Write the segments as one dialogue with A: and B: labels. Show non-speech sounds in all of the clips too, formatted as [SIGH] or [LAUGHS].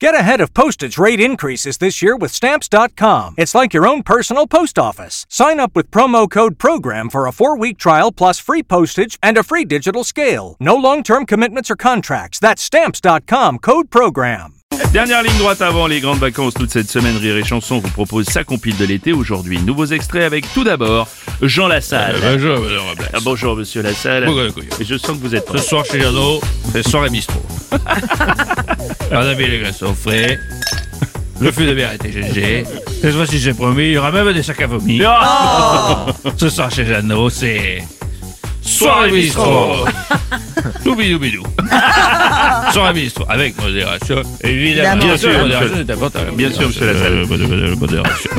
A: Get ahead of postage rate increases this year with Stamps.com. It's like your own personal post office. Sign up with promo code PROGRAM for a four week trial plus free postage and a free digital scale. No long term commitments or contracts. That's Stamps.com code PROGRAM.
B: Dernière ligne droite avant les grandes vacances toute cette semaine, Rire et Chanson vous propose sa compile de l'été aujourd'hui. Nouveaux extraits avec tout d'abord Jean Lassalle.
C: Bonjour, bonjour, Blaise.
B: Ah, bonjour monsieur Lassalle.
C: Bonjour, couille.
B: Je sens que vous êtes
C: Ce soir chez Jeannot, ce soir à bistrot. [LAUGHS] Madame les graisses au frais. Le fût de bière était GG. Cette fois-ci, j'ai promis, il y aura même des sacs à vomi.
B: Ah,
C: Ah, Ce soir chez Jeannot, c'est. Soir à bistrot [LAUGHS] Doubidou-bidou. Soir à bistrot, avec modération. Évidemment,
B: Bien sûr,
C: modération,
B: monsieur.
C: c'est important.
B: Bien sûr, monsieur Lassalle.
C: Euh, modé- Modération.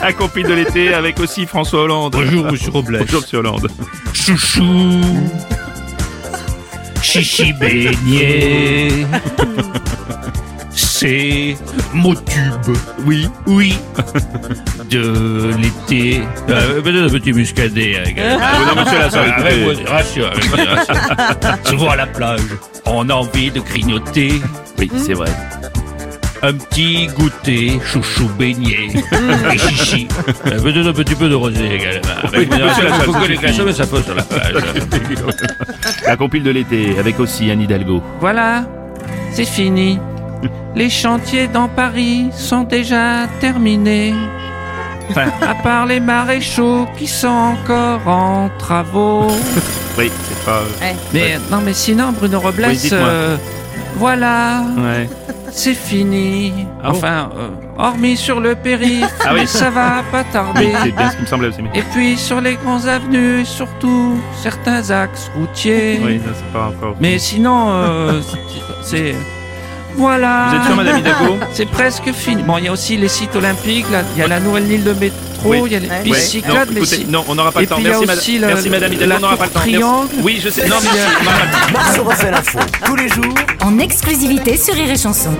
B: à compile de l'été avec aussi François Hollande.
C: Bonjour, monsieur Robles.
B: Bonjour monsieur Hollande.
C: Chouchou Chichi beignet C'est mon tube Oui Oui De l'été euh, Peut-être un petit hein, muscadet avec,
B: Ah, non, monsieur Lassalle,
C: avec
B: écoutez.
C: modération,
B: [LAUGHS]
C: avec modération. Souvent à la plage On a envie de grignoter
B: Oui, c'est vrai.
C: un petit goûter, chouchou beignet et chichi. Euh, Peut-être un petit peu de rosé également. Avec modération,
B: monsieur Lassalle,
C: faut que les
B: suffit.
C: glaçons, mais ça pose sur la plage.
B: La compile de l'été avec aussi Anne Hidalgo.
D: Voilà, c'est fini. Les chantiers dans Paris sont déjà terminés. À part les maréchaux qui sont encore en
B: [LAUGHS]
D: travaux.
B: Oui, c'est pas.
D: Mais non, mais sinon, Bruno Robles,
B: Oui, dites-moi.
D: euh, voilà,
B: Ouais.
D: c'est fini.
B: Ah bon
D: enfin, euh, hormis sur le périph',
B: Ah oui.
D: mais ça va pas
B: Oui,
D: tarder.
B: c'est bien ce qui me semblait aussi. mais-
D: Et puis sur les grandes avenues, surtout certains axes routiers.
B: Oui, non, c'est pas encore.
D: Mais sinon, euh, c'est. Voilà.
B: Vous êtes sûr, madame Hidalgo
D: C'est presque fini. Bon, il y a aussi les sites olympiques, là, il y a la nouvelle île de métro,
B: Oui.
D: il y a les
E: Ouais.
D: pistes
B: Ouais,
D: cyclables,
B: non,
D: les
B: écoutez,
D: sites-
B: non, on n'aura pas
D: Et
B: le temps.
D: puis, il y a
B: merci,
D: aussi
B: madame-
D: la-
B: merci, madame Hidalgo,
D: la
B: on n'aura pas le temps.
D: cour
B: Merci.
D: triangle.
B: Oui, je sais. Non, mais si, on n'aura pas le temps.
F: Marceau refait l'info tous les jours
E: en exclusivité sur Rire et Chanson.